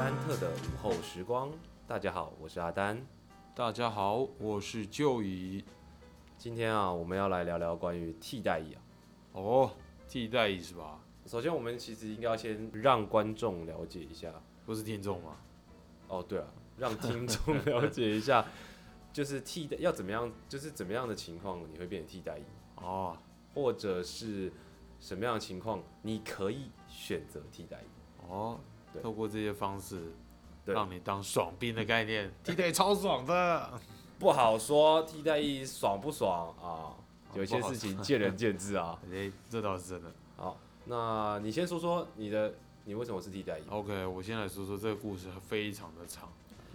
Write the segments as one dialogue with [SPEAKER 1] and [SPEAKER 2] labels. [SPEAKER 1] 午后时光。大家好，我是阿丹。
[SPEAKER 2] 大家好，我是旧乙。
[SPEAKER 1] 今天啊，我们要来聊聊关于替代役啊。
[SPEAKER 2] 哦，替代役是吧？
[SPEAKER 1] 首先，我们其实应该要先让观众了解一下。
[SPEAKER 2] 不是听众吗？
[SPEAKER 1] 哦，对了，让听众了解一 下，就是替代要怎么样，就是怎么样的情况你会变成替代役，
[SPEAKER 2] 哦，
[SPEAKER 1] 或者是什么样的情况你可以选择替代役。
[SPEAKER 2] 哦
[SPEAKER 1] 对，
[SPEAKER 2] 透过这些方式，
[SPEAKER 1] 对
[SPEAKER 2] 让你当爽兵的概 念，替代役超爽的。
[SPEAKER 1] 不好说替代役爽不爽啊，有些
[SPEAKER 2] 不好
[SPEAKER 1] 事情见仁见智 啊。
[SPEAKER 2] 哎，这倒是真的。
[SPEAKER 1] 好，那你先说说你的，你为什么是替代役？
[SPEAKER 2] OK，我先来说说这个故事，非常的长，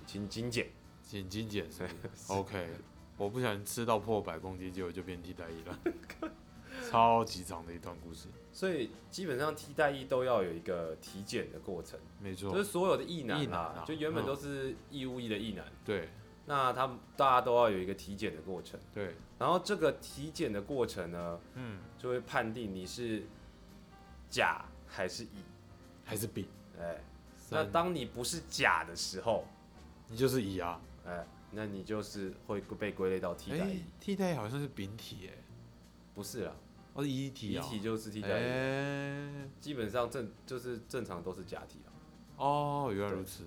[SPEAKER 1] 请精简。
[SPEAKER 2] 请精简 是不是 OK，我不小心吃到破百公斤，结果就变替代役了， 超级长的一段故事。
[SPEAKER 1] 所以基本上替代役都要有一个体检的过程，
[SPEAKER 2] 没
[SPEAKER 1] 就
[SPEAKER 2] 错
[SPEAKER 1] 是，所有的役男
[SPEAKER 2] 役男
[SPEAKER 1] 啊
[SPEAKER 2] 啊，
[SPEAKER 1] 就原本都是义务役的役男，
[SPEAKER 2] 对
[SPEAKER 1] 那他们大家都要有一个体检的过程，
[SPEAKER 2] 对，
[SPEAKER 1] 然后这个体检的过程呢，
[SPEAKER 2] 嗯，
[SPEAKER 1] 就会判定你是甲还是乙。
[SPEAKER 2] 还是丙，
[SPEAKER 1] 哎，那
[SPEAKER 2] 三
[SPEAKER 1] 当你不是甲的时候，
[SPEAKER 2] 你就是乙啊。
[SPEAKER 1] 哎，那你就是会被归类到替代
[SPEAKER 2] 哎
[SPEAKER 1] 役，
[SPEAKER 2] 替代役好像是丙体哎、
[SPEAKER 1] 不是啦，
[SPEAKER 2] 哦是乙体
[SPEAKER 1] 乙
[SPEAKER 2] 啊、
[SPEAKER 1] 体就是替代役。
[SPEAKER 2] 哎
[SPEAKER 1] 基本上正就是正常都是假体啊。
[SPEAKER 2] 哦，原来如此，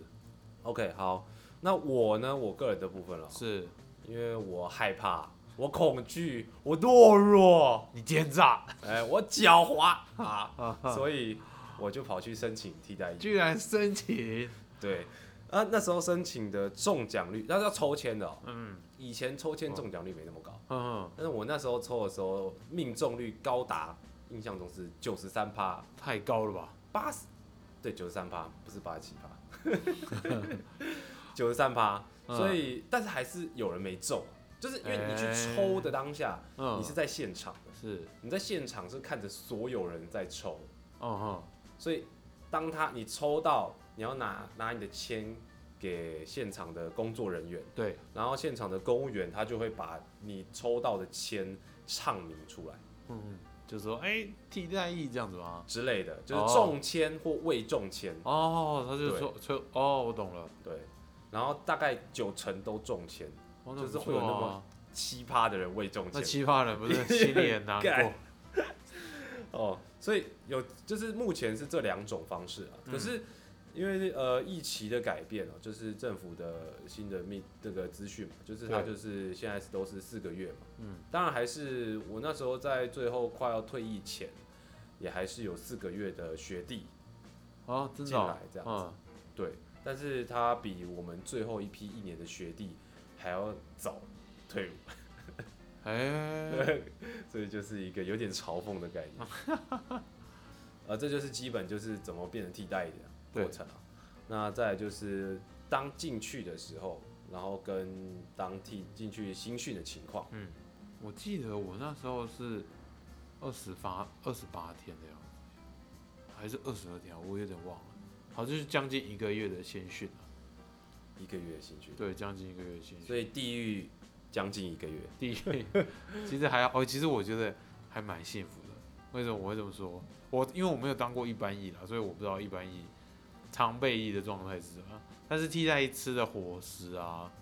[SPEAKER 1] OK，好，那我呢，我个人的部分了，
[SPEAKER 2] 是
[SPEAKER 1] 因为我害怕，我恐惧，我懦哦 弱，
[SPEAKER 2] 你奸诈，
[SPEAKER 1] 哎、我狡猾啊，所以我就跑去申请替代役。
[SPEAKER 2] 居然申请，
[SPEAKER 1] 对，啊，那时候申请的中奖率，那是要抽签的、哦，
[SPEAKER 2] 嗯
[SPEAKER 1] 以前抽签中奖率没那么高，
[SPEAKER 2] 嗯，
[SPEAKER 1] 但是我那时候抽的时候，命中率高达，印象中是九十三趴，
[SPEAKER 2] 太高了吧？
[SPEAKER 1] 八十，对，九十三趴，不是八十七趴，九十三趴。
[SPEAKER 2] 嗯
[SPEAKER 1] 所以，但是还是有人没中，啊就是因为你去抽的当下，
[SPEAKER 2] 哎嗯，
[SPEAKER 1] 你是在现场的，
[SPEAKER 2] 是，
[SPEAKER 1] 你在现场是看着所有人在抽，
[SPEAKER 2] 嗯哼，
[SPEAKER 1] 所以当他你抽到，你要拿拿你的签给现场的工作人员，
[SPEAKER 2] 对，
[SPEAKER 1] 然后现场的公务员他就会把你抽到的签唱名出来
[SPEAKER 2] 嗯，就说哎、替代役这样子吗？
[SPEAKER 1] 之类的，就
[SPEAKER 2] 哦
[SPEAKER 1] 是中签或未中签。
[SPEAKER 2] 哦，他就
[SPEAKER 1] 对
[SPEAKER 2] 说说哦，我懂了，
[SPEAKER 1] 对，然后大概九成都中签，
[SPEAKER 2] 哦、
[SPEAKER 1] 就是
[SPEAKER 2] 不错
[SPEAKER 1] 会有那么
[SPEAKER 2] 啊
[SPEAKER 1] 七趴的人未中
[SPEAKER 2] 那
[SPEAKER 1] 签。
[SPEAKER 2] 奇葩人 不是心里很难
[SPEAKER 1] 干
[SPEAKER 2] 过，
[SPEAKER 1] 哦，所以有就是目前是这两种方式啊，
[SPEAKER 2] 嗯
[SPEAKER 1] 可是。因为呃，疫情的改变哦、就是政府的新的密这个资讯嘛，就是它
[SPEAKER 2] 对
[SPEAKER 1] 就是现在是都是四个月嘛，
[SPEAKER 2] 嗯，
[SPEAKER 1] 当然还是我那时候在最后快要退役前，也还是有四个月的学弟
[SPEAKER 2] 哦，真
[SPEAKER 1] 进
[SPEAKER 2] 的哦、
[SPEAKER 1] 来这样子，对，但是他比我们最后一批一年的学弟还要早退伍，
[SPEAKER 2] 嗯，哎、
[SPEAKER 1] 所以就是一个有点嘲讽的概念。 呃，这就是基本就是怎么变成替代的过程啊。那再来就是当进去的时候，然后跟当替进去新训的情况，
[SPEAKER 2] 我记得我那时候是二十八二十八天的样子，还是二十二天啊，我有点忘了，好像就是将近一个月的先训啊
[SPEAKER 1] 一个月的新训，
[SPEAKER 2] 对，将近一个月的先训。
[SPEAKER 1] 所以地狱将近一个月。
[SPEAKER 2] 第一位其实还好哦，其实我觉得还蛮幸福的。为什么我会这么说？我因为我没有当过一般役啦，所以我不知道一般役常备役的状态是什么样。但是替代役吃的伙食啊，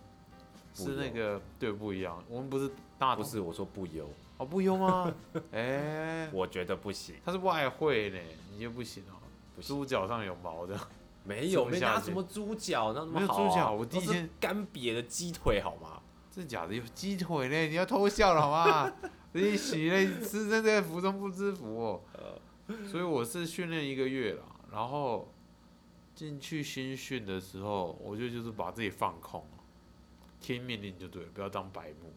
[SPEAKER 1] 不
[SPEAKER 2] 是
[SPEAKER 1] 一样
[SPEAKER 2] 那个对不一样。我们不是大
[SPEAKER 1] 不
[SPEAKER 2] 同
[SPEAKER 1] 是我说不 优，
[SPEAKER 2] 哦，不优 吗？哎、
[SPEAKER 1] 我觉得不行，
[SPEAKER 2] 它是外汇呢，你就不行哦、
[SPEAKER 1] 不行
[SPEAKER 2] 猪脚上有毛的，
[SPEAKER 1] 没有
[SPEAKER 2] 吃不
[SPEAKER 1] 没
[SPEAKER 2] 下
[SPEAKER 1] 拿
[SPEAKER 2] 去
[SPEAKER 1] 什么猪脚，那那
[SPEAKER 2] 没
[SPEAKER 1] 么
[SPEAKER 2] 有
[SPEAKER 1] 好、啊，
[SPEAKER 2] 猪脚我第
[SPEAKER 1] 都
[SPEAKER 2] 一
[SPEAKER 1] 是
[SPEAKER 2] 天
[SPEAKER 1] 干瘪的鸡腿好吗？
[SPEAKER 2] 这假的有鸡腿呢，你要偷笑了好吗？你洗嘞，你吃真的福中不知福哦、所以我是训练一个月啦，然后进去新训的时候，我就就是把自己放空了，听命令就对了，不要当白目。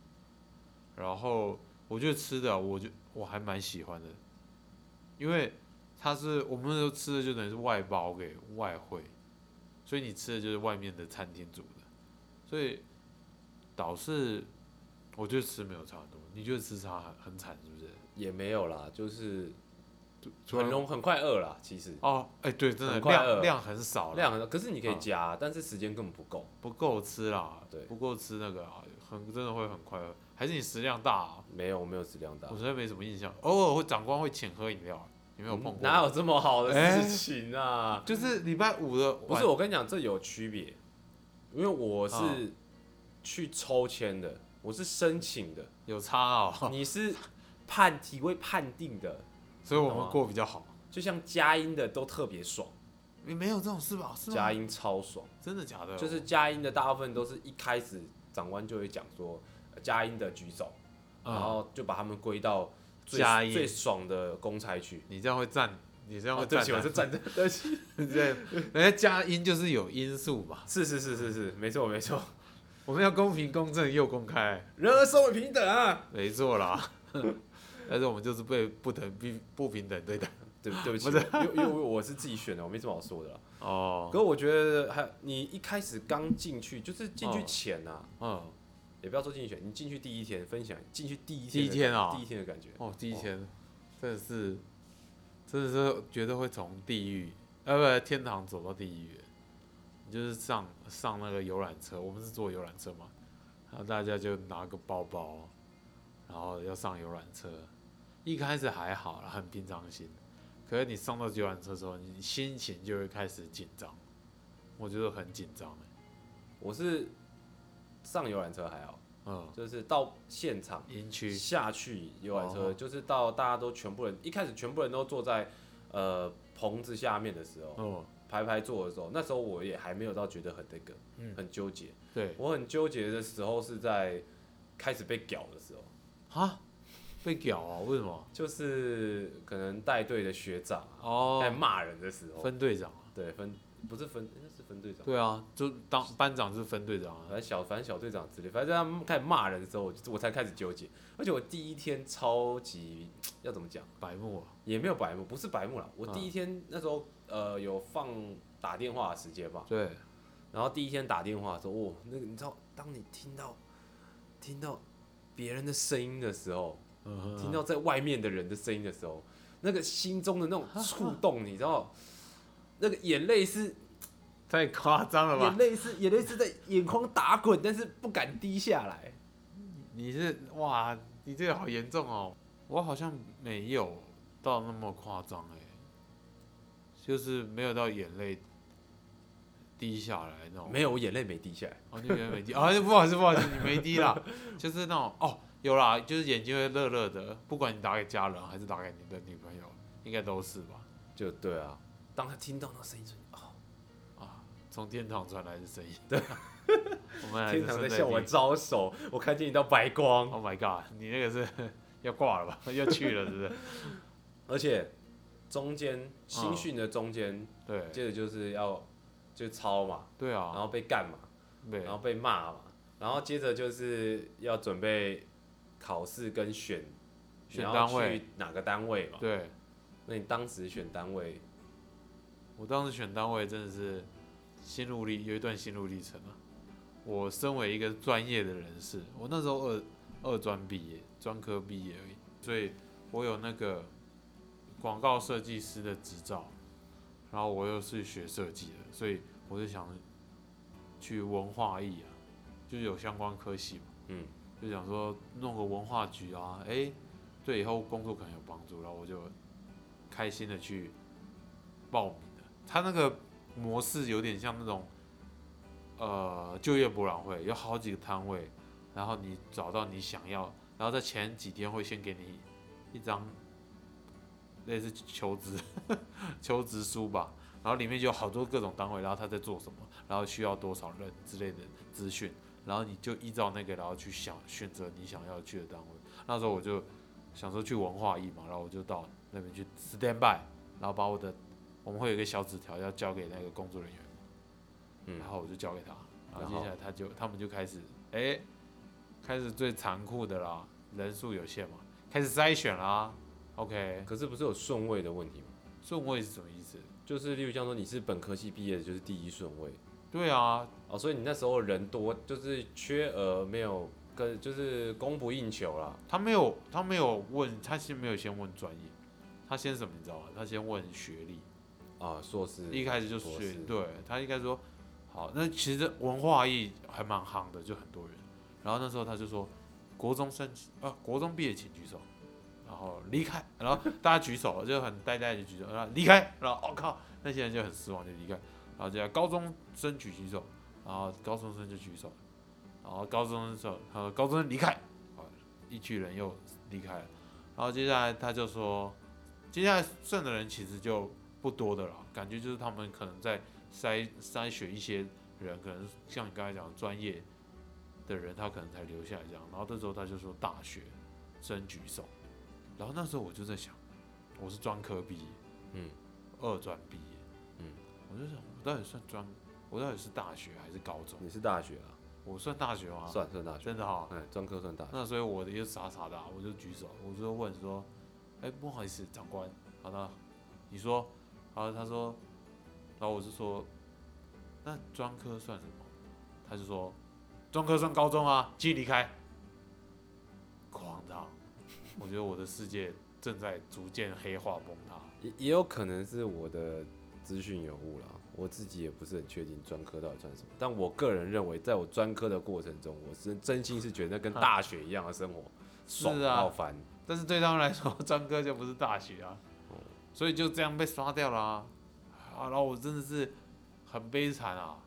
[SPEAKER 2] 然后我觉得吃的，我就我还蛮喜欢的，因为它是我们那时候吃的就等于是外包给外汇，所以你吃的就是外面的餐厅煮的，所以导致我觉得吃没有差很多。你觉得吃差很很惨是不是？
[SPEAKER 1] 也没有啦，就是
[SPEAKER 2] 除了
[SPEAKER 1] 很容很快饿啦，其实
[SPEAKER 2] 哦，哎、对，真的
[SPEAKER 1] 很快饿
[SPEAKER 2] 量量很少了，
[SPEAKER 1] 量很，可是你可以加，但是时间根本不够。
[SPEAKER 2] 不够吃啦，
[SPEAKER 1] 对
[SPEAKER 2] 不够吃那个啊，很真的会很快饿，还是你食量大、啊？
[SPEAKER 1] 没有，我没有食量大
[SPEAKER 2] 我。实在没什么印象，偶尔会长官会请喝饮料，你没有碰过？
[SPEAKER 1] 嗯
[SPEAKER 2] 哎
[SPEAKER 1] 哪有这么好的事情啊？
[SPEAKER 2] 就是礼拜五的
[SPEAKER 1] 不
[SPEAKER 2] 晚，
[SPEAKER 1] 是，我跟你讲，这有区别，因为我是
[SPEAKER 2] 嗯
[SPEAKER 1] 去抽签的，我是申请的，
[SPEAKER 2] 有差 哦，
[SPEAKER 1] 你是判体会判定的，
[SPEAKER 2] 所以我
[SPEAKER 1] 懂
[SPEAKER 2] 们
[SPEAKER 1] 啊
[SPEAKER 2] 过比较好。
[SPEAKER 1] 就像佳音的都特别爽，
[SPEAKER 2] 你没有这种事吧？是吗哦
[SPEAKER 1] 佳音超爽。
[SPEAKER 2] 真的假的？
[SPEAKER 1] 就是佳音的大部分都是一开始长官就会讲说呃佳音的举手，
[SPEAKER 2] 嗯
[SPEAKER 1] 然后就把他们归到最
[SPEAKER 2] 佳音
[SPEAKER 1] 最爽的公差去。
[SPEAKER 2] 你这样会站，你这样
[SPEAKER 1] 哦
[SPEAKER 2] 会
[SPEAKER 1] 对
[SPEAKER 2] 站
[SPEAKER 1] 不起，我
[SPEAKER 2] 男、
[SPEAKER 1] 是站着， 对不起。
[SPEAKER 2] 对，人家加音就是有因素嘛，
[SPEAKER 1] 是是是是是，没错没错，
[SPEAKER 2] 我们要公平公正又公开，
[SPEAKER 1] 人而社会平等啊。
[SPEAKER 2] 没错啦。 但是我们就是被不等不不平等对待。
[SPEAKER 1] 对 对不起，
[SPEAKER 2] 不是
[SPEAKER 1] 因为因为我是自己选的，我没什么好说的啦。
[SPEAKER 2] 哦，
[SPEAKER 1] 可我觉得还你一开始刚进去，就是进去
[SPEAKER 2] 哦
[SPEAKER 1] 前啊，
[SPEAKER 2] 嗯，
[SPEAKER 1] 也不要说进去前，你进去第一天分享，进去第一天
[SPEAKER 2] 第一
[SPEAKER 1] 的
[SPEAKER 2] 天啊
[SPEAKER 1] 第一天的感觉，
[SPEAKER 2] 哦，第一天真的是，真的是觉得会从地狱，呃，不，天堂走到地狱。你就是上上那个游览车，我们是坐游览车嘛，然后大家就拿个包包，然后要上游览车。一开始还好啦，很平常心，可是你上到游览车之后，你心情就会开始紧张。我觉得很紧张欸
[SPEAKER 1] 我是上游览车还好，
[SPEAKER 2] 嗯，
[SPEAKER 1] 就是到现场。
[SPEAKER 2] 营区
[SPEAKER 1] 下去游览车，
[SPEAKER 2] 哦
[SPEAKER 1] 就是到大家都全部人一开始全部人都坐在呃棚子下面的时候，
[SPEAKER 2] 哦，
[SPEAKER 1] 排排坐的时候，那时候我也还没有到觉得很那个，
[SPEAKER 2] 嗯
[SPEAKER 1] 很纠结。
[SPEAKER 2] 对
[SPEAKER 1] 我很纠结的时候是在开始被屌的时候，
[SPEAKER 2] 啊，被屌啊？为什么？
[SPEAKER 1] 就是可能带队的学长啊
[SPEAKER 2] 哦
[SPEAKER 1] 在，骂人的时候，
[SPEAKER 2] 分队长啊。
[SPEAKER 1] 对分不是分那是分队长，
[SPEAKER 2] 对啊，就当班长是分队长
[SPEAKER 1] 反
[SPEAKER 2] 啊。
[SPEAKER 1] 正小反正小队长之类，反正他们开始骂人的时候，我就我才开始纠结，而且我第一天超级要怎么讲？
[SPEAKER 2] 白目啊，
[SPEAKER 1] 也没有白目，不是白目啦。我
[SPEAKER 2] 嗯
[SPEAKER 1] 第一天那时候呃有放打电话的时间嘛，
[SPEAKER 2] 对，
[SPEAKER 1] 然后第一天打电话的时候，哦，那个你知道，当你听到听到别人的声音的时候，
[SPEAKER 2] 嗯哼
[SPEAKER 1] 听到在外面的人的声音的时候，那个心中的那种触动，你知道，那个眼泪是
[SPEAKER 2] 太夸张了
[SPEAKER 1] 眼
[SPEAKER 2] 吧？
[SPEAKER 1] 泪是眼泪是在眼眶打滚，但是不敢滴下来。
[SPEAKER 2] 你是哇，你这个好严重哦。我好像没有到那么夸张哎，就是没有到眼泪滴下来那种。
[SPEAKER 1] 没有，我眼泪没滴下来。
[SPEAKER 2] 哦，你眼泪没滴啊？不好意思，不好意思，你没滴啦， 就是那种哦，有啦，就是眼睛会热热的，不管你打给家人还是打给你的女朋友，应该都是吧？
[SPEAKER 1] 就对啊，当他听到那声音瞬间，哦，
[SPEAKER 2] 啊，从天堂传来的声音。对， 我们还是
[SPEAKER 1] 天堂在
[SPEAKER 2] 顺带
[SPEAKER 1] 向我
[SPEAKER 2] 听
[SPEAKER 1] 招手，我看见一道白光。
[SPEAKER 2] Oh my god！你那个是 要挂了吧？ 要去了是不是？
[SPEAKER 1] 而且中间新训的中间，
[SPEAKER 2] 嗯对
[SPEAKER 1] 接着就是要就抄嘛，
[SPEAKER 2] 对
[SPEAKER 1] 然
[SPEAKER 2] 啊，
[SPEAKER 1] 后被干嘛，
[SPEAKER 2] 对
[SPEAKER 1] 然后被骂嘛，然后接着就是要准备考试跟选
[SPEAKER 2] 选
[SPEAKER 1] 你要
[SPEAKER 2] 单位
[SPEAKER 1] 去哪个单位嘛。
[SPEAKER 2] 对，
[SPEAKER 1] 那你当时选单位，
[SPEAKER 2] 我当时选单位真的是心路历有一段心路历程啊。我身为一个专业的人士，我那时候二二专毕业，专科毕业而已，所以我有那个广告设计师的执照，然后我又是学设计的，所以我就想去文化艺啊，就是有相关科系嘛。
[SPEAKER 1] 嗯，
[SPEAKER 2] 就想说弄个文化局啊，哎、对以后工作可能有帮助，然后我就开心的去报名的。他那个模式有点像那种呃就业博览会，有好几个摊位，然后你找到你想要，然后在前几天会先给你一张类似求职 求职书吧。然后里面就有好多各种单位，然后他在做什么，然后需要多少人之类的资讯，然后你就依照那个，然后去想选择你想要去的单位。那时候我就想说去文化艺嘛，然后我就到那边去 stand by，然后把我的我们会有一个小纸条要交给那个工作人员，
[SPEAKER 1] 嗯
[SPEAKER 2] 然，后我就交给他，然
[SPEAKER 1] 然
[SPEAKER 2] 后
[SPEAKER 1] 后
[SPEAKER 2] 接下来他就他们就开始哎、开始最残酷的啦，人数有限嘛，开始筛选啦。OK，
[SPEAKER 1] 嗯可是不是有顺位的问题吗？
[SPEAKER 2] 顺位是什么意思？
[SPEAKER 1] 就是例如像说你是本科系毕业的，就是第一顺位
[SPEAKER 2] 对啊，
[SPEAKER 1] 哦，所以你那时候人多，就是缺额没有跟就是供不应求啦。
[SPEAKER 2] 他没有，他没有问，他先没有先问专业，他先什么你知道吗？他先问学历，
[SPEAKER 1] 啊，硕士
[SPEAKER 2] 一开始就
[SPEAKER 1] 博
[SPEAKER 2] 学
[SPEAKER 1] 士，
[SPEAKER 2] 对他应该说，好，那其实文化艺还蛮夯呃的，就很多人。然后那时候他就说，国中生啊，国中毕业请举手，然后离开，然后大家举手，就很呆呆的举手，然后离开，然后我、哦靠，那些人就很失望就离开，然后就高中生举起手，然后高中生就举手，然后高中生手，他说高中生离开，啊，一群人又离开了，然后接下来他就说，接下来剩的人其实就不多的了，感觉就是他们可能在筛筛选一些人，可能像你刚才讲的专业的人，他可能才留下来这样，然后这时候他就说大学生举手。然后那时候我就在想，我是专科毕业，
[SPEAKER 1] 嗯，
[SPEAKER 2] 二专毕业，
[SPEAKER 1] 嗯，
[SPEAKER 2] 我就想我到底算专，我到底是大学还是高中？
[SPEAKER 1] 你是大学啊？
[SPEAKER 2] 我算大学吗？
[SPEAKER 1] 算算大学，
[SPEAKER 2] 真的哈、
[SPEAKER 1] 哎，专科算大学。
[SPEAKER 2] 那所以我的又傻傻的啊、我就举手，我就问说，哎，不好意思，长官，好的，你说，然后他说，然后我就说，那专科算什么？他就说，专科算高中啊，请离开。狂到，我觉得我的世界正在逐渐黑化崩塌。
[SPEAKER 1] 也也有可能是我的资讯有误啦，我自己也不是很确定专科到底算什么。但我个人认为，在我专科的过程中，我是真心是觉得那跟大学一样的生活，爽
[SPEAKER 2] 是啊
[SPEAKER 1] 到烦。
[SPEAKER 2] 但是对他们来说， 专科就不是大学啊，所以就这样被刷掉了啊。啊，然后我真的是很悲惨啊！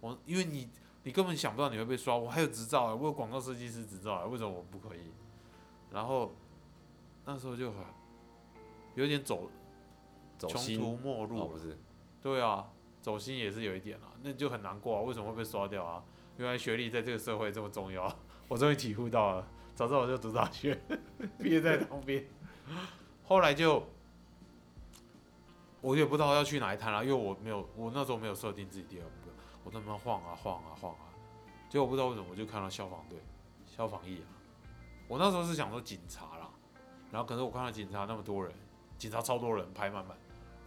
[SPEAKER 2] 我因为你，你根本想不到你会被刷。我还有执照啊，我有广告设计师执照啊，为什么我不可以？然后那时候就很有点走
[SPEAKER 1] 走
[SPEAKER 2] 穷
[SPEAKER 1] 心
[SPEAKER 2] 途末路啊
[SPEAKER 1] 哦，
[SPEAKER 2] 了
[SPEAKER 1] 不是，
[SPEAKER 2] 对啊，走心也是有一点啊，那就很难过啊。为什么会被刷掉啊？原来学历在这个社会这么重要，我终于体悟到了。早知道我就读大学，毕业在当兵。后来就我也不知道要去哪一摊了、因为我没有，我那时候没有设定自己第二目标，我他妈晃啊晃啊晃啊，结果不知道为什么我就看到消防队、消防役啊。我那时候是想说警察啦，然后可是我看到警察那么多人，警察超多人排满满。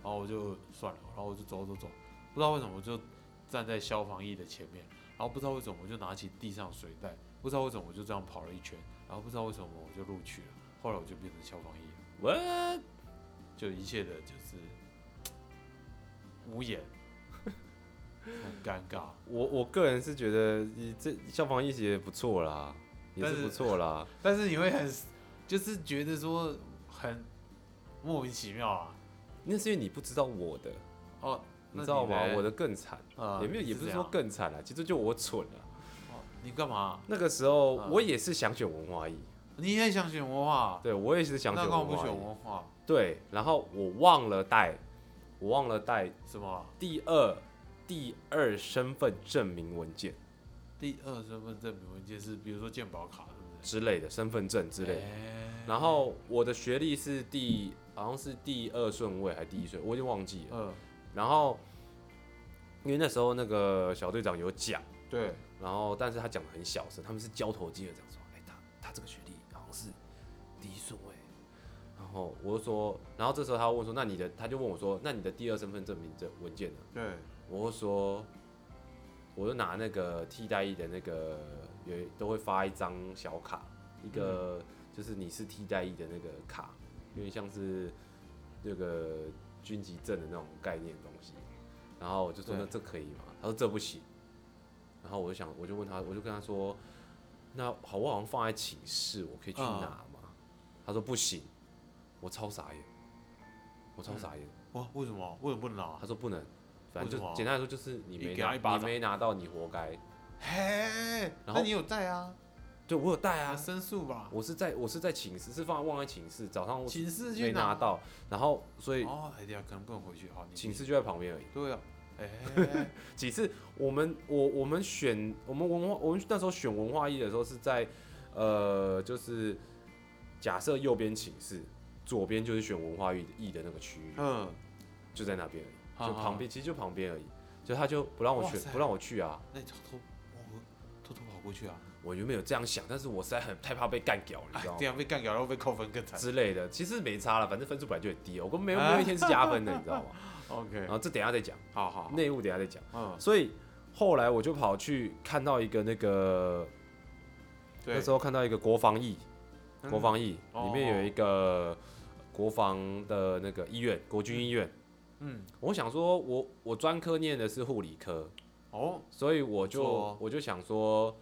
[SPEAKER 2] 然后我就算了，然后我就走走走，不知道为什么我就站在消防役的前面，然后不知道为什么我就拿起地上水袋，不知道为什么我就这样跑了一圈，然后不知道为什么我就录取了，后来我就变成消防役了，
[SPEAKER 1] 喂，
[SPEAKER 2] 就一切的就是无言，很尴尬。
[SPEAKER 1] 我我个人是觉得你这消防一姐也不错啦，也
[SPEAKER 2] 但
[SPEAKER 1] 是
[SPEAKER 2] 是
[SPEAKER 1] 不错 啦。
[SPEAKER 2] 但是你会很，就是觉得说很莫名其妙啊。
[SPEAKER 1] 那是因为你不知道我的，
[SPEAKER 2] 哦，
[SPEAKER 1] 你知道吗？我
[SPEAKER 2] 的
[SPEAKER 1] 的更惨，
[SPEAKER 2] 啊
[SPEAKER 1] 也没有，也不是说、更惨啦，其实就我蠢了。
[SPEAKER 2] 哦你干嘛？
[SPEAKER 1] 那个时候
[SPEAKER 2] 嗯
[SPEAKER 1] 我也是想选文化艺，
[SPEAKER 2] 你也想选文化？
[SPEAKER 1] 对我也是想选
[SPEAKER 2] 那干嘛不
[SPEAKER 1] 文化
[SPEAKER 2] 选
[SPEAKER 1] 艺。
[SPEAKER 2] 文化？
[SPEAKER 1] 对，然后我忘了带，我忘了带
[SPEAKER 2] 什么？
[SPEAKER 1] 第二第二身份证明文件
[SPEAKER 2] 第二身份证明文件是，比如说健保卡，对不对？
[SPEAKER 1] 之类的身份证之类的。
[SPEAKER 2] 哎
[SPEAKER 1] 然后我的学历是第好像是第二顺位还是第一顺位，我已经忘记了。
[SPEAKER 2] 嗯，
[SPEAKER 1] 然后因为那时候那个小队长有讲，
[SPEAKER 2] 对，
[SPEAKER 1] 然后但是他讲的很小声，他们是交头接耳讲说，哎、他他这个学历好像是第一顺位。然后我就说，然后这时候他问说，那你的他就问我说，那你的第二身份证明这文件呢？
[SPEAKER 2] 对，
[SPEAKER 1] 我就说，我就拿那个替代役的那个有都会发一张小卡，一个就是你是替代役的那个卡，有点像是那个军籍证的那种概念的东西。然后我就说
[SPEAKER 2] 对
[SPEAKER 1] 那这可以吗？他说这不行。然后我就想，我就问他，我就跟他说，那好，我好像放在寝室，我可以去
[SPEAKER 2] 嗯
[SPEAKER 1] 拿吗？他说不行，我超傻眼，我超傻眼。
[SPEAKER 2] 哇，为什么？为什么不能拿？
[SPEAKER 1] 他说不能，反正
[SPEAKER 2] 为什
[SPEAKER 1] 就
[SPEAKER 2] 么啊
[SPEAKER 1] 简单来说就是你
[SPEAKER 2] 你
[SPEAKER 1] 没
[SPEAKER 2] 给
[SPEAKER 1] 拿
[SPEAKER 2] 他一巴
[SPEAKER 1] 你
[SPEAKER 2] 掌
[SPEAKER 1] 没拿到你活该。
[SPEAKER 2] 嘿，
[SPEAKER 1] 然
[SPEAKER 2] 那
[SPEAKER 1] 后
[SPEAKER 2] 你有带啊？
[SPEAKER 1] 对我有带
[SPEAKER 2] 啊，
[SPEAKER 1] 啊，
[SPEAKER 2] 申诉吧，
[SPEAKER 1] 我是在我是在寝室，是放在忘在寝室，早上我
[SPEAKER 2] 寝室去
[SPEAKER 1] 没拿。到，然后所以
[SPEAKER 2] 哦，哎呀，可能不能回去，好，你
[SPEAKER 1] 寝室就在旁边而已。
[SPEAKER 2] 对啊， 哎，
[SPEAKER 1] 寝室我们我我们选我们文化我们那时候选文化一的时候是在呃就是假设右边寝室，左边就是选文化一一的那个区域，
[SPEAKER 2] 嗯，
[SPEAKER 1] 就在那边而已，
[SPEAKER 2] 好
[SPEAKER 1] 就旁边其实就旁边而已，就他就不让我
[SPEAKER 2] 哇
[SPEAKER 1] 选
[SPEAKER 2] 塞
[SPEAKER 1] 不让我去啊。
[SPEAKER 2] 那你偷偷，我偷偷跑过去啊，
[SPEAKER 1] 我原本有这样想，但是我实在很太怕被干掉了，你
[SPEAKER 2] 哎
[SPEAKER 1] 知道，吗
[SPEAKER 2] 这？样被干掉，然后被扣 分更惨。
[SPEAKER 1] 之类的，其实没差了，反正分数本来就很低哦，我根本没有
[SPEAKER 2] 啊
[SPEAKER 1] 没有一天是加 分的，你知道吗？
[SPEAKER 2] OK，
[SPEAKER 1] 然后这等一下再讲，
[SPEAKER 2] 嗯好好，
[SPEAKER 1] 内务等一下再讲。啊
[SPEAKER 2] 嗯，
[SPEAKER 1] 所以后来我就跑去看到一个那个，
[SPEAKER 2] 对
[SPEAKER 1] 那，时候看到一个国防役，
[SPEAKER 2] 嗯
[SPEAKER 1] 国防役
[SPEAKER 2] 哦
[SPEAKER 1] 里面有一个国防的那个医院，国军医院。
[SPEAKER 2] 嗯，
[SPEAKER 1] 我想说我，我专科念的是护理科，
[SPEAKER 2] 哦，
[SPEAKER 1] 所以我
[SPEAKER 2] 不
[SPEAKER 1] 就、
[SPEAKER 2] 错哦
[SPEAKER 1] 我就想说，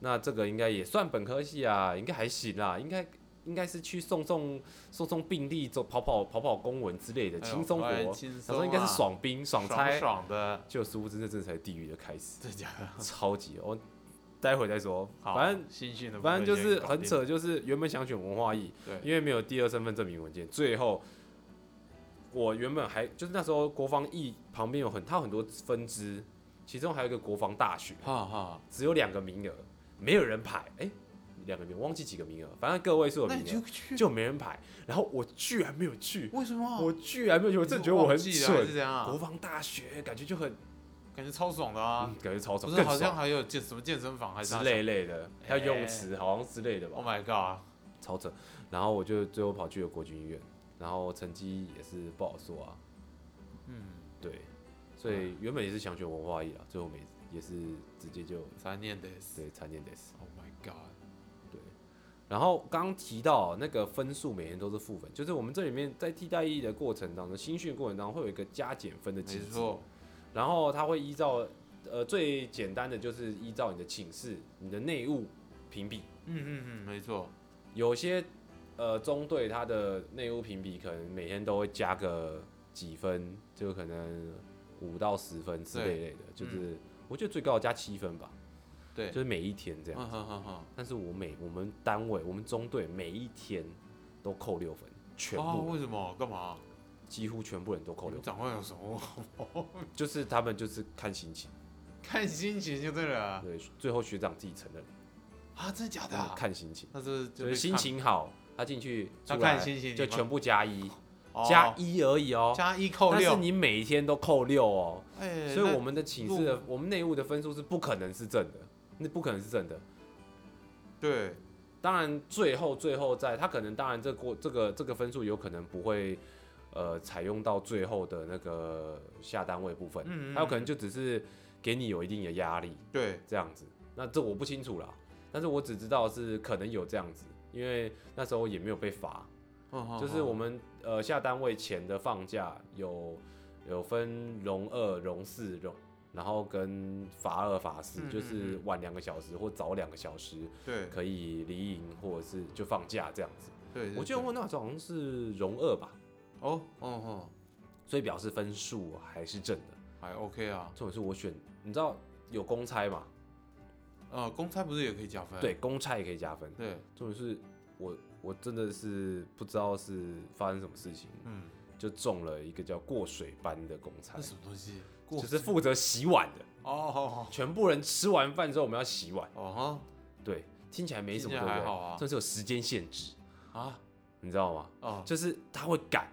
[SPEAKER 1] 那这个应该也算本科系啊，应该还行啦，应该应该是去送送送送病例，走跑跑跑跑公文之类的，
[SPEAKER 2] 哎呦
[SPEAKER 1] 轻松活。
[SPEAKER 2] 哎轻
[SPEAKER 1] 他
[SPEAKER 2] 松
[SPEAKER 1] 说应该是
[SPEAKER 2] 啊
[SPEAKER 1] 爽兵爽
[SPEAKER 2] 爽
[SPEAKER 1] 差，
[SPEAKER 2] 爽的，
[SPEAKER 1] 就殊不知那真的才是地狱的开始，
[SPEAKER 2] 真假的？
[SPEAKER 1] 超级我待会再说，
[SPEAKER 2] 好
[SPEAKER 1] 反正。
[SPEAKER 2] 新训的部分
[SPEAKER 1] 反正就是
[SPEAKER 2] 先搞
[SPEAKER 1] 很
[SPEAKER 2] 定，
[SPEAKER 1] 扯，就是原本想选文化艺，
[SPEAKER 2] 对，
[SPEAKER 1] 因为没有第二身份证明文件，最后我原本还就是那时候国防艺旁边有很它有很多分支，其中还有一个国防大学，
[SPEAKER 2] 哈哈，
[SPEAKER 1] 只有两个名额，没有人排，哎、两个名额忘记几个名额，反正个位数的
[SPEAKER 2] 那你
[SPEAKER 1] 名
[SPEAKER 2] 就
[SPEAKER 1] 额
[SPEAKER 2] 去，
[SPEAKER 1] 就没人排，然后我居然没有去，
[SPEAKER 2] 为什么？
[SPEAKER 1] 我居然没有去，我
[SPEAKER 2] 我
[SPEAKER 1] 真的觉得我很
[SPEAKER 2] 是这
[SPEAKER 1] 蠢。
[SPEAKER 2] 样
[SPEAKER 1] 国
[SPEAKER 2] 啊，
[SPEAKER 1] 防大学感觉就很，
[SPEAKER 2] 感觉超爽的啊
[SPEAKER 1] 嗯，，感觉超
[SPEAKER 2] 不
[SPEAKER 1] 爽，
[SPEAKER 2] 是
[SPEAKER 1] 更
[SPEAKER 2] 好像
[SPEAKER 1] 爽
[SPEAKER 2] 还有健什么健身房还是
[SPEAKER 1] 之
[SPEAKER 2] 啥
[SPEAKER 1] 类类的，还有
[SPEAKER 2] 哎
[SPEAKER 1] 泳池好像之类的吧
[SPEAKER 2] ？Oh。my god！
[SPEAKER 1] 超扯。然后我就最后跑去了国军医院，然后成绩也是不好说啊。嗯，对，所以
[SPEAKER 2] 嗯
[SPEAKER 1] 原本也是想选文化艺啊，最后没也是直接就
[SPEAKER 2] 三念的是
[SPEAKER 1] 对参念 this。
[SPEAKER 2] ，Oh my god！
[SPEAKER 1] 对，然后刚提到那个分数每年都是负分，就是我们这里面在替代役的过程当中，新训过程当中会有一个加减分的机
[SPEAKER 2] 没
[SPEAKER 1] 制，
[SPEAKER 2] 错，
[SPEAKER 1] 然后它会依照呃最简单的就是依照你的寝室、你的内务评比，
[SPEAKER 2] 嗯嗯嗯，没错，
[SPEAKER 1] 有些呃中队它的内务评比可能每天都会加个几分，就可能五到十分之类类的，就是、我觉得最高加七分吧，
[SPEAKER 2] 嗯对
[SPEAKER 1] 就，是每一天这样。
[SPEAKER 2] 嗯哼哼哼，
[SPEAKER 1] 但是我每我们单位我们中队每一天都扣六分，全
[SPEAKER 2] 啊，
[SPEAKER 1] 部、
[SPEAKER 2] 为什么？干嘛？
[SPEAKER 1] 几乎全部人都扣六
[SPEAKER 2] 你
[SPEAKER 1] 分，
[SPEAKER 2] 们长官有什么？
[SPEAKER 1] 就是他们就是看心情，
[SPEAKER 2] 看心情就对了啊，
[SPEAKER 1] 对，最后学长自己承认，
[SPEAKER 2] 啊真的假的
[SPEAKER 1] 就是
[SPEAKER 2] 啊？
[SPEAKER 1] 看心情，
[SPEAKER 2] 那是就
[SPEAKER 1] 就是
[SPEAKER 2] 被
[SPEAKER 1] 心
[SPEAKER 2] 看
[SPEAKER 1] 情好他进去
[SPEAKER 2] 他
[SPEAKER 1] 出
[SPEAKER 2] 看
[SPEAKER 1] 来
[SPEAKER 2] 心情，
[SPEAKER 1] 就
[SPEAKER 2] 你们
[SPEAKER 1] 全部加一、
[SPEAKER 2] 哦
[SPEAKER 1] 加一而已哦，
[SPEAKER 2] 加一扣
[SPEAKER 1] 但是
[SPEAKER 2] 六，
[SPEAKER 1] 你每天都扣六哦，
[SPEAKER 2] 哎，
[SPEAKER 1] 所以
[SPEAKER 2] 那
[SPEAKER 1] 我们的寝室的我们内务的分数是不可能是正的，那不可能是正的。
[SPEAKER 2] 对
[SPEAKER 1] 当然最后最后在他可能当然这过这个这个分数有可能不会呃采用到最后的那个下单位部分，
[SPEAKER 2] 嗯嗯
[SPEAKER 1] 他有可能就只是给你有一定的压力
[SPEAKER 2] 对，
[SPEAKER 1] 这样子。那这我不清楚啦，但是我只知道是可能有这样子，因为那时候也没有被罚，
[SPEAKER 2] 嗯哼
[SPEAKER 1] 就是
[SPEAKER 2] 哼
[SPEAKER 1] 我们呃下单位前的放假有有分荣二、荣四、荣，然后跟罚二、罚四
[SPEAKER 2] 嗯，
[SPEAKER 1] 就是
[SPEAKER 2] 嗯
[SPEAKER 1] 晚两个小时或早两个小时
[SPEAKER 2] 对
[SPEAKER 1] 可以离营或者是就放假这样子。
[SPEAKER 2] 对，
[SPEAKER 1] 我记
[SPEAKER 2] 就
[SPEAKER 1] 得我那时候好像是荣二吧，
[SPEAKER 2] 哦哦哦，
[SPEAKER 1] 所以表示分数还是正的。
[SPEAKER 2] 还 OK 啊，
[SPEAKER 1] 重点是我选，你知道有公差嘛？
[SPEAKER 2] 呃，公差不是也可以加分？
[SPEAKER 1] 对，公差也可以加分。
[SPEAKER 2] 对，
[SPEAKER 1] 重点是我我真的是不知道是发生什么事情，
[SPEAKER 2] 嗯，
[SPEAKER 1] 就中了一个叫过水班的公差
[SPEAKER 2] 那。什么东西？过
[SPEAKER 1] 就是负责洗碗的，
[SPEAKER 2] 哦哦
[SPEAKER 1] 全部人吃完饭之后我们要洗碗
[SPEAKER 2] 哦。哦
[SPEAKER 1] 对，听起来没什么，对
[SPEAKER 2] 听起
[SPEAKER 1] 不
[SPEAKER 2] 来还
[SPEAKER 1] 对？
[SPEAKER 2] 好啊
[SPEAKER 1] 这是有时间限制，
[SPEAKER 2] 哈啊
[SPEAKER 1] 你知道吗？
[SPEAKER 2] 哦，
[SPEAKER 1] 就是他会赶，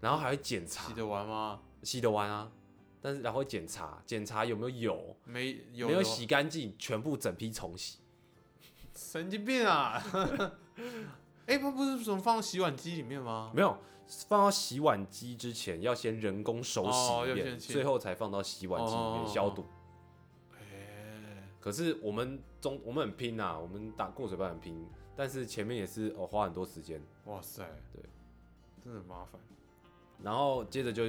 [SPEAKER 1] 然后还会检查
[SPEAKER 2] 洗得完吗？
[SPEAKER 1] 洗得完啊，但是然后会检查检查有没有油，
[SPEAKER 2] 没有
[SPEAKER 1] 没有
[SPEAKER 2] 的
[SPEAKER 1] 洗干净，全部整批重洗。
[SPEAKER 2] 神经病啊！ 哎，不不是什么放到洗碗机里面吗？
[SPEAKER 1] 没有放到洗碗机之前要先人工手
[SPEAKER 2] 哦
[SPEAKER 1] 洗
[SPEAKER 2] 要
[SPEAKER 1] 一遍，
[SPEAKER 2] 先洗
[SPEAKER 1] 最后才放到洗碗机里
[SPEAKER 2] 哦
[SPEAKER 1] 面消毒。
[SPEAKER 2] 哎，
[SPEAKER 1] 可是我们中我们很拼啊，我们打过水班很拼，但是前面也是哦花很多时间。
[SPEAKER 2] 哇塞，
[SPEAKER 1] 对，
[SPEAKER 2] 真的很麻烦。
[SPEAKER 1] 然后接着就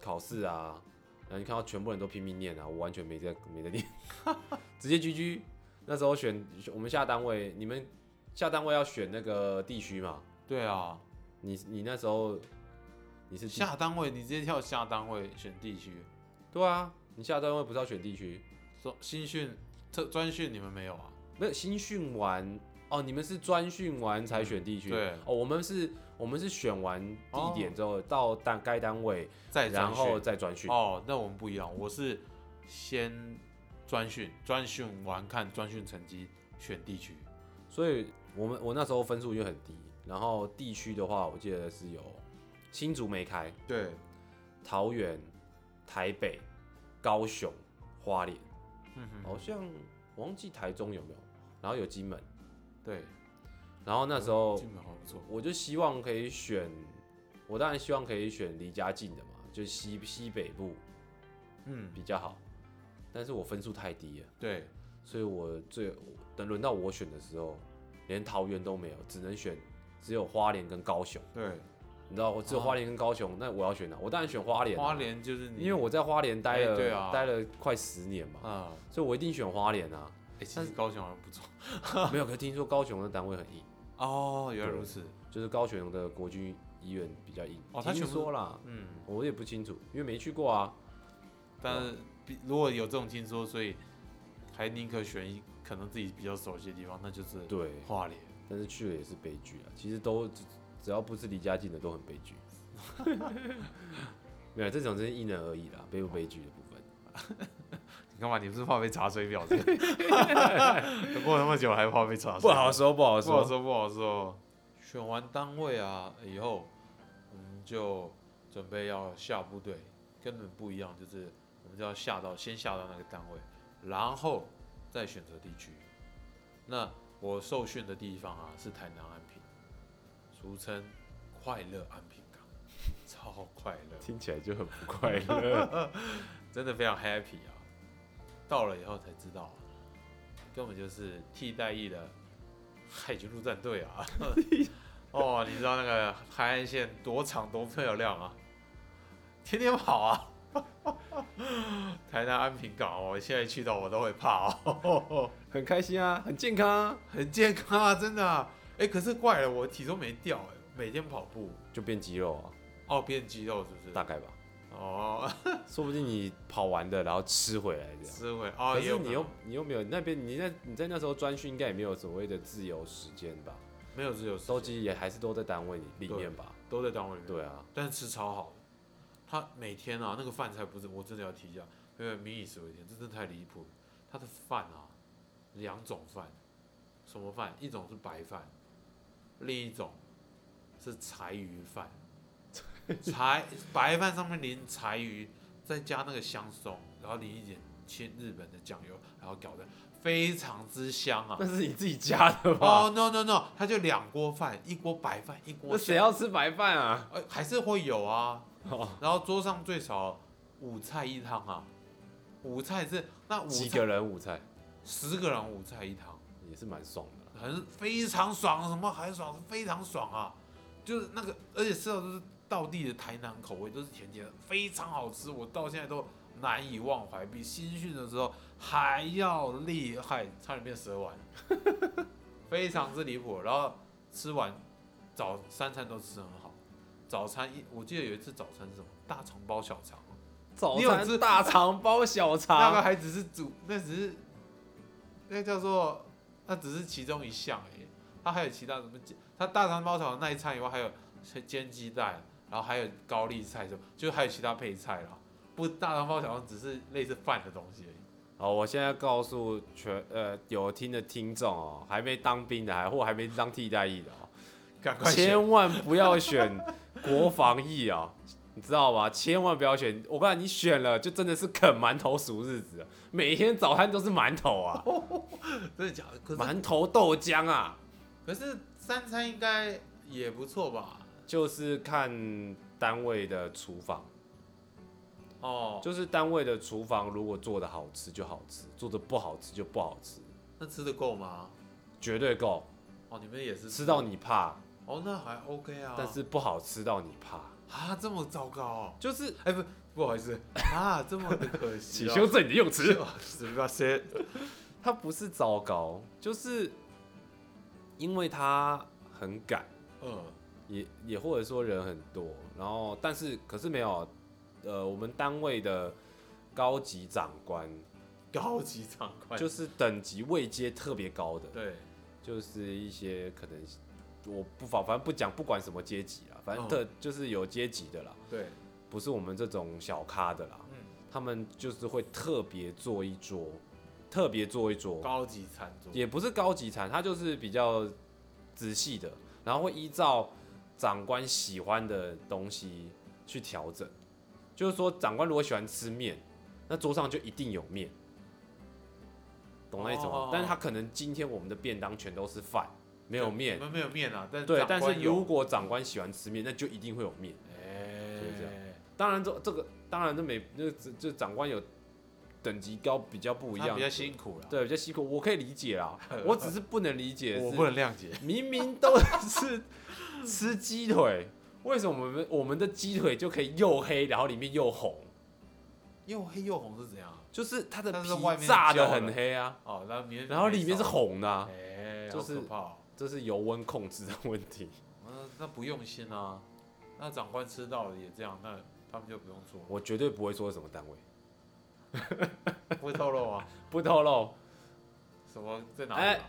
[SPEAKER 1] 考试啊，然后你看到全部人都拼命念啊，我完全没在没在念， 直接 GG。那时候选我们下单位，你们下单位要选那个地区嘛？
[SPEAKER 2] 对啊，
[SPEAKER 1] 你你那时候你是地
[SPEAKER 2] 下单位你直接跳下单位选地区，
[SPEAKER 1] 对啊，你下单位不是要选地区？
[SPEAKER 2] 说新训特专训你们没有啊？
[SPEAKER 1] 没有新训完哦，你们是专训完才选地区、
[SPEAKER 2] 对哦
[SPEAKER 1] 哦，我们是我们是选完地点之后、到单该单位，
[SPEAKER 2] 再专
[SPEAKER 1] 然
[SPEAKER 2] 训
[SPEAKER 1] 后再专训。
[SPEAKER 2] 哦，那我们不一样，我是先专训，专训完看专训成绩选地区。
[SPEAKER 1] 所以我们我那时候分数又很低，然后地区的话，我记得是有新竹没开，
[SPEAKER 2] 对，
[SPEAKER 1] 桃园、台北、高雄、花莲，
[SPEAKER 2] 嗯哼，
[SPEAKER 1] 好像我忘记台中有没有，然后有金门，
[SPEAKER 2] 对，
[SPEAKER 1] 然后那
[SPEAKER 2] 嗯
[SPEAKER 1] 时候
[SPEAKER 2] 进门好不错。
[SPEAKER 1] 我就希望可以选，我当然希望可以选离家近的嘛，就西西北部
[SPEAKER 2] 嗯，
[SPEAKER 1] 比较好，但是我分数太低了，
[SPEAKER 2] 对，
[SPEAKER 1] 所以我最等轮到我选的时候，连桃园都没有，只能选只有花莲跟高雄。
[SPEAKER 2] 对，
[SPEAKER 1] 你知道，我只有花莲跟高雄，那我要选哪？我当然选花莲、啊
[SPEAKER 2] 花，莲啊就是你，
[SPEAKER 1] 因为我在花莲待
[SPEAKER 2] 哎
[SPEAKER 1] 了、
[SPEAKER 2] 对啊
[SPEAKER 1] 待了快十年 嘛，
[SPEAKER 2] 啊，
[SPEAKER 1] 啊
[SPEAKER 2] 哎
[SPEAKER 1] 所
[SPEAKER 2] 哦，原来如此。
[SPEAKER 1] 就是高雄的国军医院比较硬。
[SPEAKER 2] 哦他
[SPEAKER 1] 听
[SPEAKER 2] 全部
[SPEAKER 1] 说啦，
[SPEAKER 2] 嗯，
[SPEAKER 1] 我也不清楚，因为没去过啊。
[SPEAKER 2] 但是比如果有这种听说，所以还宁可选一可能自己比较熟悉的地方，那就是
[SPEAKER 1] 对，
[SPEAKER 2] 花莲。
[SPEAKER 1] 但是去了也是悲剧啊。其实都只只要不是离家近的都很悲剧。没有，这种真是因人而异啦，悲不悲剧的部分。
[SPEAKER 2] 你干嘛？你不是怕被查水 表的？过那么久还怕被查水表？
[SPEAKER 1] 不好说，不好
[SPEAKER 2] 不好
[SPEAKER 1] 说。
[SPEAKER 2] 说，不好说。选完单位啊以后，我们就准备要下部队，跟你们不一样，就是我们就要下到先下到那个单位，然后再选择地区。那我受训的地方啊是台南安平，俗称快乐安平港，超快乐。
[SPEAKER 1] 听起来就很不快乐。
[SPEAKER 2] 真的非常 happy 啊！到了以后才知道、啊，根本就是替代役的海军陆战队啊！ 哦，你知道那个海岸线多长多漂亮啊，天天跑啊！ 台南安平港，我现在去到我都会怕哦，
[SPEAKER 1] 很开心啊，很健康啊，
[SPEAKER 2] 很健康啊，真的、啊。哎、可是怪了，我体重没掉、哎，每天跑步，
[SPEAKER 1] 就变肌肉啊，
[SPEAKER 2] 哦，变肌肉是不是？
[SPEAKER 1] 大概吧。
[SPEAKER 2] 哦，
[SPEAKER 1] 啊说不定你跑完的，然后吃回来这样。
[SPEAKER 2] 思维哦，
[SPEAKER 1] 可
[SPEAKER 2] 也
[SPEAKER 1] 是
[SPEAKER 2] 有
[SPEAKER 1] 你
[SPEAKER 2] 可
[SPEAKER 1] 又
[SPEAKER 2] 能
[SPEAKER 1] 你又没有那边，你在你在那时候专训，应该也没有所谓的自由时间吧？
[SPEAKER 2] 没有只有
[SPEAKER 1] 收集也还是都在单位里面吧？
[SPEAKER 2] 都在单位里面。
[SPEAKER 1] 对啊，
[SPEAKER 2] 但是吃超好的。他每天啊，那个饭菜不是我真的要提一下，因为民以食为天，这真的太离谱了。他的饭啊，两种饭，什么饭？一种是白饭，另一种是柴鱼 饭。柴白饭上面淋柴鱼，再加那个香松，然后淋一点千日本的酱油，然后搞得非常之香 啊！
[SPEAKER 1] 那是你自己家的吧？
[SPEAKER 2] 哦、no no no，他就两锅饭，一锅白饭，一锅
[SPEAKER 1] 那谁
[SPEAKER 2] 香
[SPEAKER 1] 要吃白饭啊？
[SPEAKER 2] 呃，还是会有啊。
[SPEAKER 1] 哦
[SPEAKER 2] 然后桌上最少五菜一汤啊，五菜是那五
[SPEAKER 1] 几
[SPEAKER 2] 菜
[SPEAKER 1] 个人午餐
[SPEAKER 2] 十个人五菜一汤，
[SPEAKER 1] 也是蛮爽的啦。
[SPEAKER 2] 很非常爽，什么很爽，非常爽啊！就是那个，而且吃到都是道地的台南口味，都是甜甜的，非常好吃，我到现在都难以忘怀，比新训的时候还要厉害，差点变蛇丸， 非常之离谱。然后吃完早三餐都吃很好，早餐一我记得有一次早餐是什么大肠包小肠，
[SPEAKER 1] 早
[SPEAKER 2] 你有
[SPEAKER 1] 餐
[SPEAKER 2] 吃
[SPEAKER 1] 是大肠包小
[SPEAKER 2] 那个
[SPEAKER 1] 肠，
[SPEAKER 2] 还只是主，那只是那叫做那只是其中一项而已，它还有其他什么煎？它大肠包小肠那一餐以外，还有煎鸡蛋，然后还有高丽菜什么，就是还有其他配菜啦。不，大肠包小肠只是类似饭的东西而已。
[SPEAKER 1] 好，我现在告诉全呃有听的听众哦，还没当兵的，还或还没当替代役的哦，
[SPEAKER 2] 赶快选
[SPEAKER 1] 千万不要选国防役啊、 你知道吗？千万不要选，我告诉你，你选了就真的是啃馒头数日子了，每天早餐都是馒头啊，
[SPEAKER 2] 真的假的？ 可是
[SPEAKER 1] 馒头豆浆啊，
[SPEAKER 2] 可是三餐应该也不错吧？
[SPEAKER 1] 就是看单位的厨房，
[SPEAKER 2] 哦，
[SPEAKER 1] 就是单位的厨房如果做的好吃就好吃，做的不好吃就不好吃，
[SPEAKER 2] 那吃得够吗？
[SPEAKER 1] 绝对够，
[SPEAKER 2] 哦，你们也是
[SPEAKER 1] 吃到你怕，
[SPEAKER 2] 哦，那还 OK 啊。
[SPEAKER 1] 但是不好吃到你怕，
[SPEAKER 2] 啊，这么糟糕哦、
[SPEAKER 1] 就是
[SPEAKER 2] 哎、不，不好意思啊，这么的可惜、
[SPEAKER 1] 请
[SPEAKER 2] 哦。
[SPEAKER 1] 修正你的用词。
[SPEAKER 2] 是不是？
[SPEAKER 1] 它不是糟糕，就是因为它很赶，
[SPEAKER 2] 嗯，
[SPEAKER 1] 也也或者说人很多，然后但是可是没有，呃，我们单位的高级长官
[SPEAKER 2] 高级长官
[SPEAKER 1] 就是是等级位阶特别高的，
[SPEAKER 2] 对，
[SPEAKER 1] 就是一些可能我不反反正不讲不管什么阶级啦，反正
[SPEAKER 2] 嗯
[SPEAKER 1] 特、就是有阶级的啦，
[SPEAKER 2] 对，
[SPEAKER 1] 不是我们这种小咖的啦，
[SPEAKER 2] 嗯，
[SPEAKER 1] 他们就是会特别做一桌，特别做一桌，
[SPEAKER 2] 高级餐桌，
[SPEAKER 1] 也不是高级餐，它就是比较仔细的，然后会依照长官喜欢的东西去调整。就是说，长官如果喜欢吃面，那桌上就一定有面，懂那意思吗？
[SPEAKER 2] 哦
[SPEAKER 1] 但是他可能今天我们的便当全都是饭，没有面
[SPEAKER 2] 我。们没有面啊，但是
[SPEAKER 1] 对
[SPEAKER 2] 长，
[SPEAKER 1] 但
[SPEAKER 2] 官
[SPEAKER 1] 是
[SPEAKER 2] 有
[SPEAKER 1] 如果长官喜欢吃面，那就一定会有面。
[SPEAKER 2] 哎，
[SPEAKER 1] 就是这当然这这个当然这每这这长官有等级高比较不一
[SPEAKER 2] 他
[SPEAKER 1] 样，
[SPEAKER 2] 比较辛苦了，
[SPEAKER 1] 对比较辛苦，我可以理解 啦，我只是不能理解是
[SPEAKER 2] 我不能谅解，
[SPEAKER 1] 明明都是吃鸡腿，为什么我们我们的鸡腿就可以又黑，然后里面又红？
[SPEAKER 2] 又黑又红是怎样啊？
[SPEAKER 1] 就是它的
[SPEAKER 2] 但
[SPEAKER 1] 皮
[SPEAKER 2] 是外面
[SPEAKER 1] 炸的
[SPEAKER 2] 焦了
[SPEAKER 1] 很黑啊，
[SPEAKER 2] 哦，然后里面
[SPEAKER 1] 然后里面是，红的、啊，
[SPEAKER 2] 哎，
[SPEAKER 1] 就是
[SPEAKER 2] 好可怕哦
[SPEAKER 1] 这是油温控制的问题。
[SPEAKER 2] 那那不用心啊，那长官吃到了也这样，那他们就不用做了，
[SPEAKER 1] 我绝对不会说是什么单位，
[SPEAKER 2] 不会透露啊，
[SPEAKER 1] 不透露，
[SPEAKER 2] 什么在哪里、
[SPEAKER 1] 哎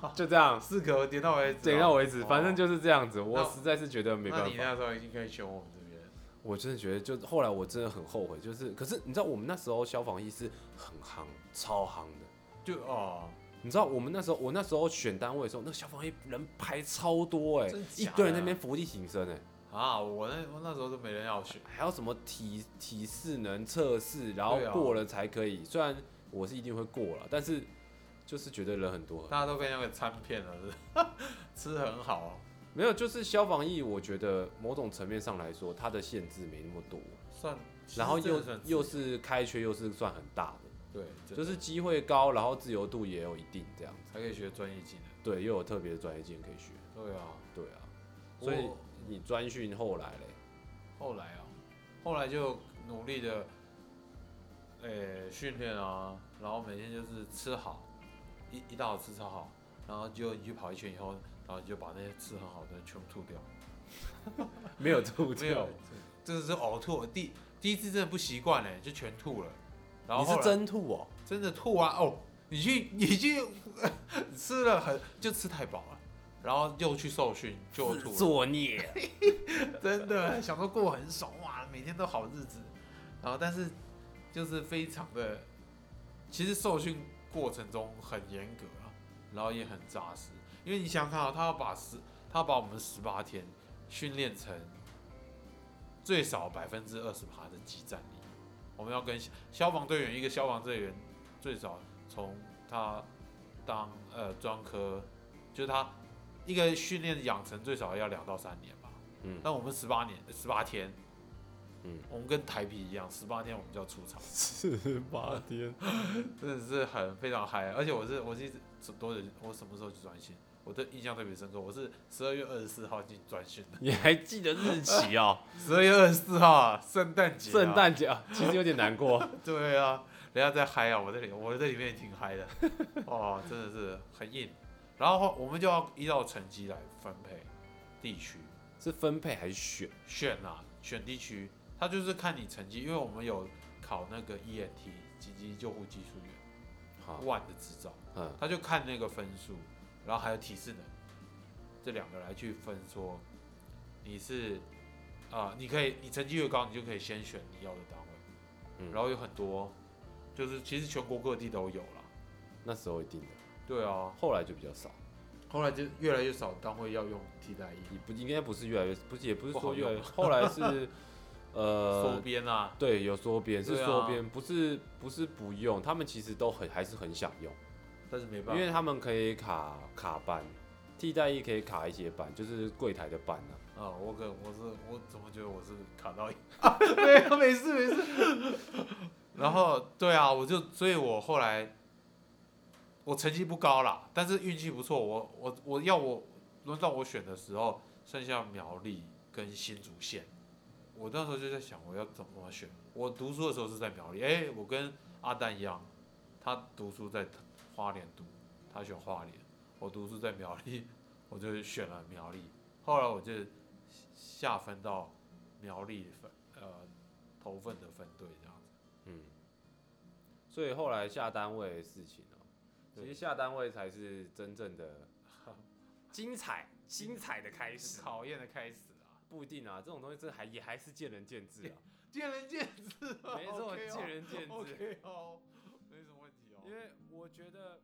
[SPEAKER 2] 啊？
[SPEAKER 1] 就这样，
[SPEAKER 2] 四格点到为止、啊，
[SPEAKER 1] 点到为止，
[SPEAKER 2] 哦
[SPEAKER 1] 反正就是这样子。
[SPEAKER 2] 那
[SPEAKER 1] 我实在是觉得没办
[SPEAKER 2] 那你
[SPEAKER 1] 法，
[SPEAKER 2] 那时候已经可以选我们这边了，
[SPEAKER 1] 我真的觉得就后来我真的很后悔，就是可是你知道我们那时候消防意识很夯，超夯的。
[SPEAKER 2] 就哦，
[SPEAKER 1] 你知道我们那时候，我那时候选单位的时候，那消防员人排超多哎、
[SPEAKER 2] 真的
[SPEAKER 1] 一
[SPEAKER 2] 假的
[SPEAKER 1] 堆人在那边伏地挺身哎、
[SPEAKER 2] 啊，我那我那时候都没人要选，
[SPEAKER 1] 还有什么体体适能测试，然后
[SPEAKER 2] 对啊
[SPEAKER 1] 过了才可以。虽然我是一定会过了，但是就是觉得人很多，
[SPEAKER 2] 大家都被那个餐骗了，是 不是吃很好，哦
[SPEAKER 1] 没有就是消防役，我觉得某种层面上来说，它的限制没那么多，
[SPEAKER 2] 算，其实
[SPEAKER 1] 然后
[SPEAKER 2] 真的
[SPEAKER 1] 又
[SPEAKER 2] 算自
[SPEAKER 1] 又
[SPEAKER 2] 由
[SPEAKER 1] 是开缺，又是算很大的，
[SPEAKER 2] 对，真的
[SPEAKER 1] 就是机会高，然后自由度也有一定这样子。
[SPEAKER 2] 还可以学专业技能，
[SPEAKER 1] 对，又有特别的专业技能可以学。
[SPEAKER 2] 对啊，
[SPEAKER 1] 对啊，所以
[SPEAKER 2] 我
[SPEAKER 1] 你专训后来嘞，
[SPEAKER 2] 后来啊，后来就努力的，呃、训练啊，然后每天就是吃好，一一大早吃超好，然后就你去跑一圈以后，然后你就把那些吃很好的全部吐掉，
[SPEAKER 1] 没有吐
[SPEAKER 2] 没有
[SPEAKER 1] 掉，，
[SPEAKER 2] 真的是呕吐，第第一次真的不习惯哎，就全吐了，然后
[SPEAKER 1] 你
[SPEAKER 2] 后
[SPEAKER 1] 是
[SPEAKER 2] 来
[SPEAKER 1] 真吐哦、
[SPEAKER 2] 真的吐啊哦，你去 你去吃了很就吃太饱了。然后又去受训，就
[SPEAKER 1] 自
[SPEAKER 2] 吐了。
[SPEAKER 1] 作孽。
[SPEAKER 2] 真的想说过很爽哇，每天都好日子。然后但是就是非常的，其实受训过程中很严格啊，然后也很扎实，因为你想想看啊，他要把十，他要把我们十八天训练成最少百分之二十趴的集战力。我们要跟消消防队员，一个消防队员最少从他当呃专科，就是他一个训练养成最少要两到三年吧。
[SPEAKER 1] 嗯，
[SPEAKER 2] 那我们十八年十八天，
[SPEAKER 1] 嗯，
[SPEAKER 2] 我们跟台皮一样，十八天我们就要出场，
[SPEAKER 1] 十八天，
[SPEAKER 2] 真的是很非常嗨。啊而且我是我是一直多人，我什么时候去专心？我的印象特别深刻，我是十二月二十四号进专训的，
[SPEAKER 1] 你还记得日期 哦？
[SPEAKER 2] 十二月二十四号啊，圣诞节、啊，
[SPEAKER 1] 圣诞节啊，其实有点难过。
[SPEAKER 2] 对啊，人家在嗨啊，我这里我这里面也挺嗨 的，哦，真的是很硬。然后我们就要依照成绩来分配地区，
[SPEAKER 1] 是分配还是选？
[SPEAKER 2] 选啊，选地区，他就是看你成绩，因为我们有考那个 ENT 紧急救护技术员
[SPEAKER 1] 好，
[SPEAKER 2] 万的执照，
[SPEAKER 1] 嗯，
[SPEAKER 2] 他就看那个分数，然后还有体适能这两个来去分说你是啊、你可以你成绩越高，你就可以先选你要的单位，
[SPEAKER 1] 嗯
[SPEAKER 2] 然后有很多就是其实全国各地都有啦，
[SPEAKER 1] 那时候一定的，
[SPEAKER 2] 对啊，
[SPEAKER 1] 后来就比较少。
[SPEAKER 2] 后来就越来越少单位要用替代役，
[SPEAKER 1] 也不应该不是越来越，不是也不是
[SPEAKER 2] 不好
[SPEAKER 1] 说越来越，
[SPEAKER 2] 用
[SPEAKER 1] 后来是
[SPEAKER 2] 收
[SPEAKER 1] 呃，
[SPEAKER 2] 编啊，
[SPEAKER 1] 对，有缩编是
[SPEAKER 2] 对啊
[SPEAKER 1] 缩编，不是不是不用，他们其实都很还是很想用，
[SPEAKER 2] 但是没
[SPEAKER 1] 因
[SPEAKER 2] 办
[SPEAKER 1] 为他们可以卡卡班，替代役可以卡一些班，就是柜台的班啊。
[SPEAKER 2] 法啊，我可我是我怎么觉得我是卡到 一没有没事没事，然后对啊，我就所以我后来我成绩不高啦，但是运气不错，我我我要我轮到我选的时候，剩下苗栗跟新竹县，我那时候就在想我要怎么选，我读书的时候是在苗栗，哎、我跟阿蛋一样。他读书在花莲读，他选花莲；我读书在苗栗，我就选了苗栗。后来我就下分到苗栗分呃头份的分队这样子。
[SPEAKER 1] 嗯，所以后来下单位的事情哦、其
[SPEAKER 2] 对
[SPEAKER 1] 实下单位才是真正的 精彩、精彩的开 始。
[SPEAKER 2] 考验的开始啊，
[SPEAKER 1] 不一定啊，这种东西真的还也还是见仁见智啊，
[SPEAKER 2] 见仁见 智啊，
[SPEAKER 1] 没错，
[SPEAKER 2] OK 哦
[SPEAKER 1] 见仁见智。
[SPEAKER 2] ，OK 哦，没什么问题哦。
[SPEAKER 1] 因为我觉得
[SPEAKER 2] 哦